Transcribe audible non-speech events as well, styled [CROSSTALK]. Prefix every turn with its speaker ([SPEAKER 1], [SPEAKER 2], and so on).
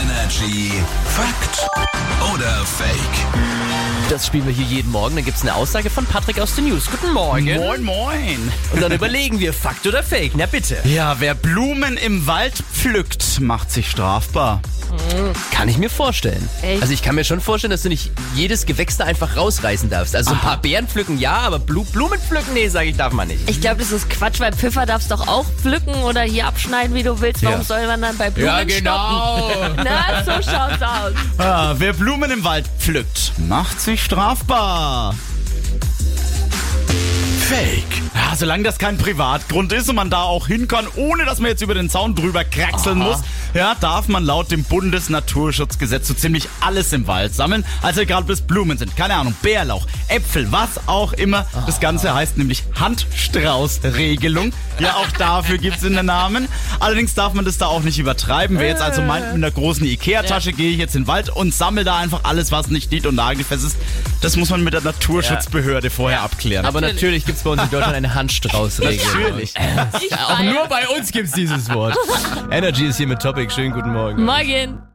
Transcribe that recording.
[SPEAKER 1] Energy Fakt oder Fake?
[SPEAKER 2] Das spielen wir hier jeden Morgen. Dann gibt es eine Aussage von Patrick aus den News. Guten Morgen.
[SPEAKER 3] Moin, moin. [LAUGHS]
[SPEAKER 2] Und dann überlegen wir, Fakt oder Fake. Na bitte.
[SPEAKER 3] Ja, wer Blumen im Wald pflückt, macht sich strafbar.
[SPEAKER 2] Kann ich mir vorstellen.
[SPEAKER 4] Echt?
[SPEAKER 2] Also ich kann mir schon vorstellen, dass du nicht jedes Gewächs da einfach rausreißen darfst. Also ein paar Beeren pflücken, ja, aber Blu Blumen pflücken, nee, sage ich, darf man nicht.
[SPEAKER 4] Ich glaube, das ist Quatsch, weil Pfiffer darfst doch auch pflücken oder hier abschneiden, wie du willst. Warum
[SPEAKER 3] Ja. genau.
[SPEAKER 4] soll man dann bei Blumen stoppen? [LAUGHS] Na, so schaut's aus.
[SPEAKER 3] Ah, wer Blumen im Wald pflückt, macht sich strafbar.
[SPEAKER 1] Fake.
[SPEAKER 3] Ja, solange das kein Privatgrund ist und man da auch hin kann, ohne dass man jetzt über den Zaun drüber kraxeln muss, ja, darf man laut dem Bundesnaturschutzgesetz so ziemlich alles im Wald sammeln. Also egal, ob es Blumen sind, keine Ahnung, Bärlauch, Äpfel, was auch immer. Das Ganze heißt nämlich Handstraußregelung. Ja, auch dafür gibt's in den Namen. Allerdings darf man das da auch nicht übertreiben. Wer jetzt also meint, mit einer großen Ikea-Tasche gehe ich jetzt in den Wald und sammle da einfach alles, was nicht nied- und nagelfest ist, das muss man mit der Naturschutzbehörde vorher abklären.
[SPEAKER 2] Aber natürlich, gibt es bei uns in Deutschland eine Handstraußregel.
[SPEAKER 3] Natürlich.
[SPEAKER 4] Ich feier.
[SPEAKER 2] bei uns gibt es dieses Wort. Energy ist hier mit Topic. Schönen guten Morgen.
[SPEAKER 4] Morgen.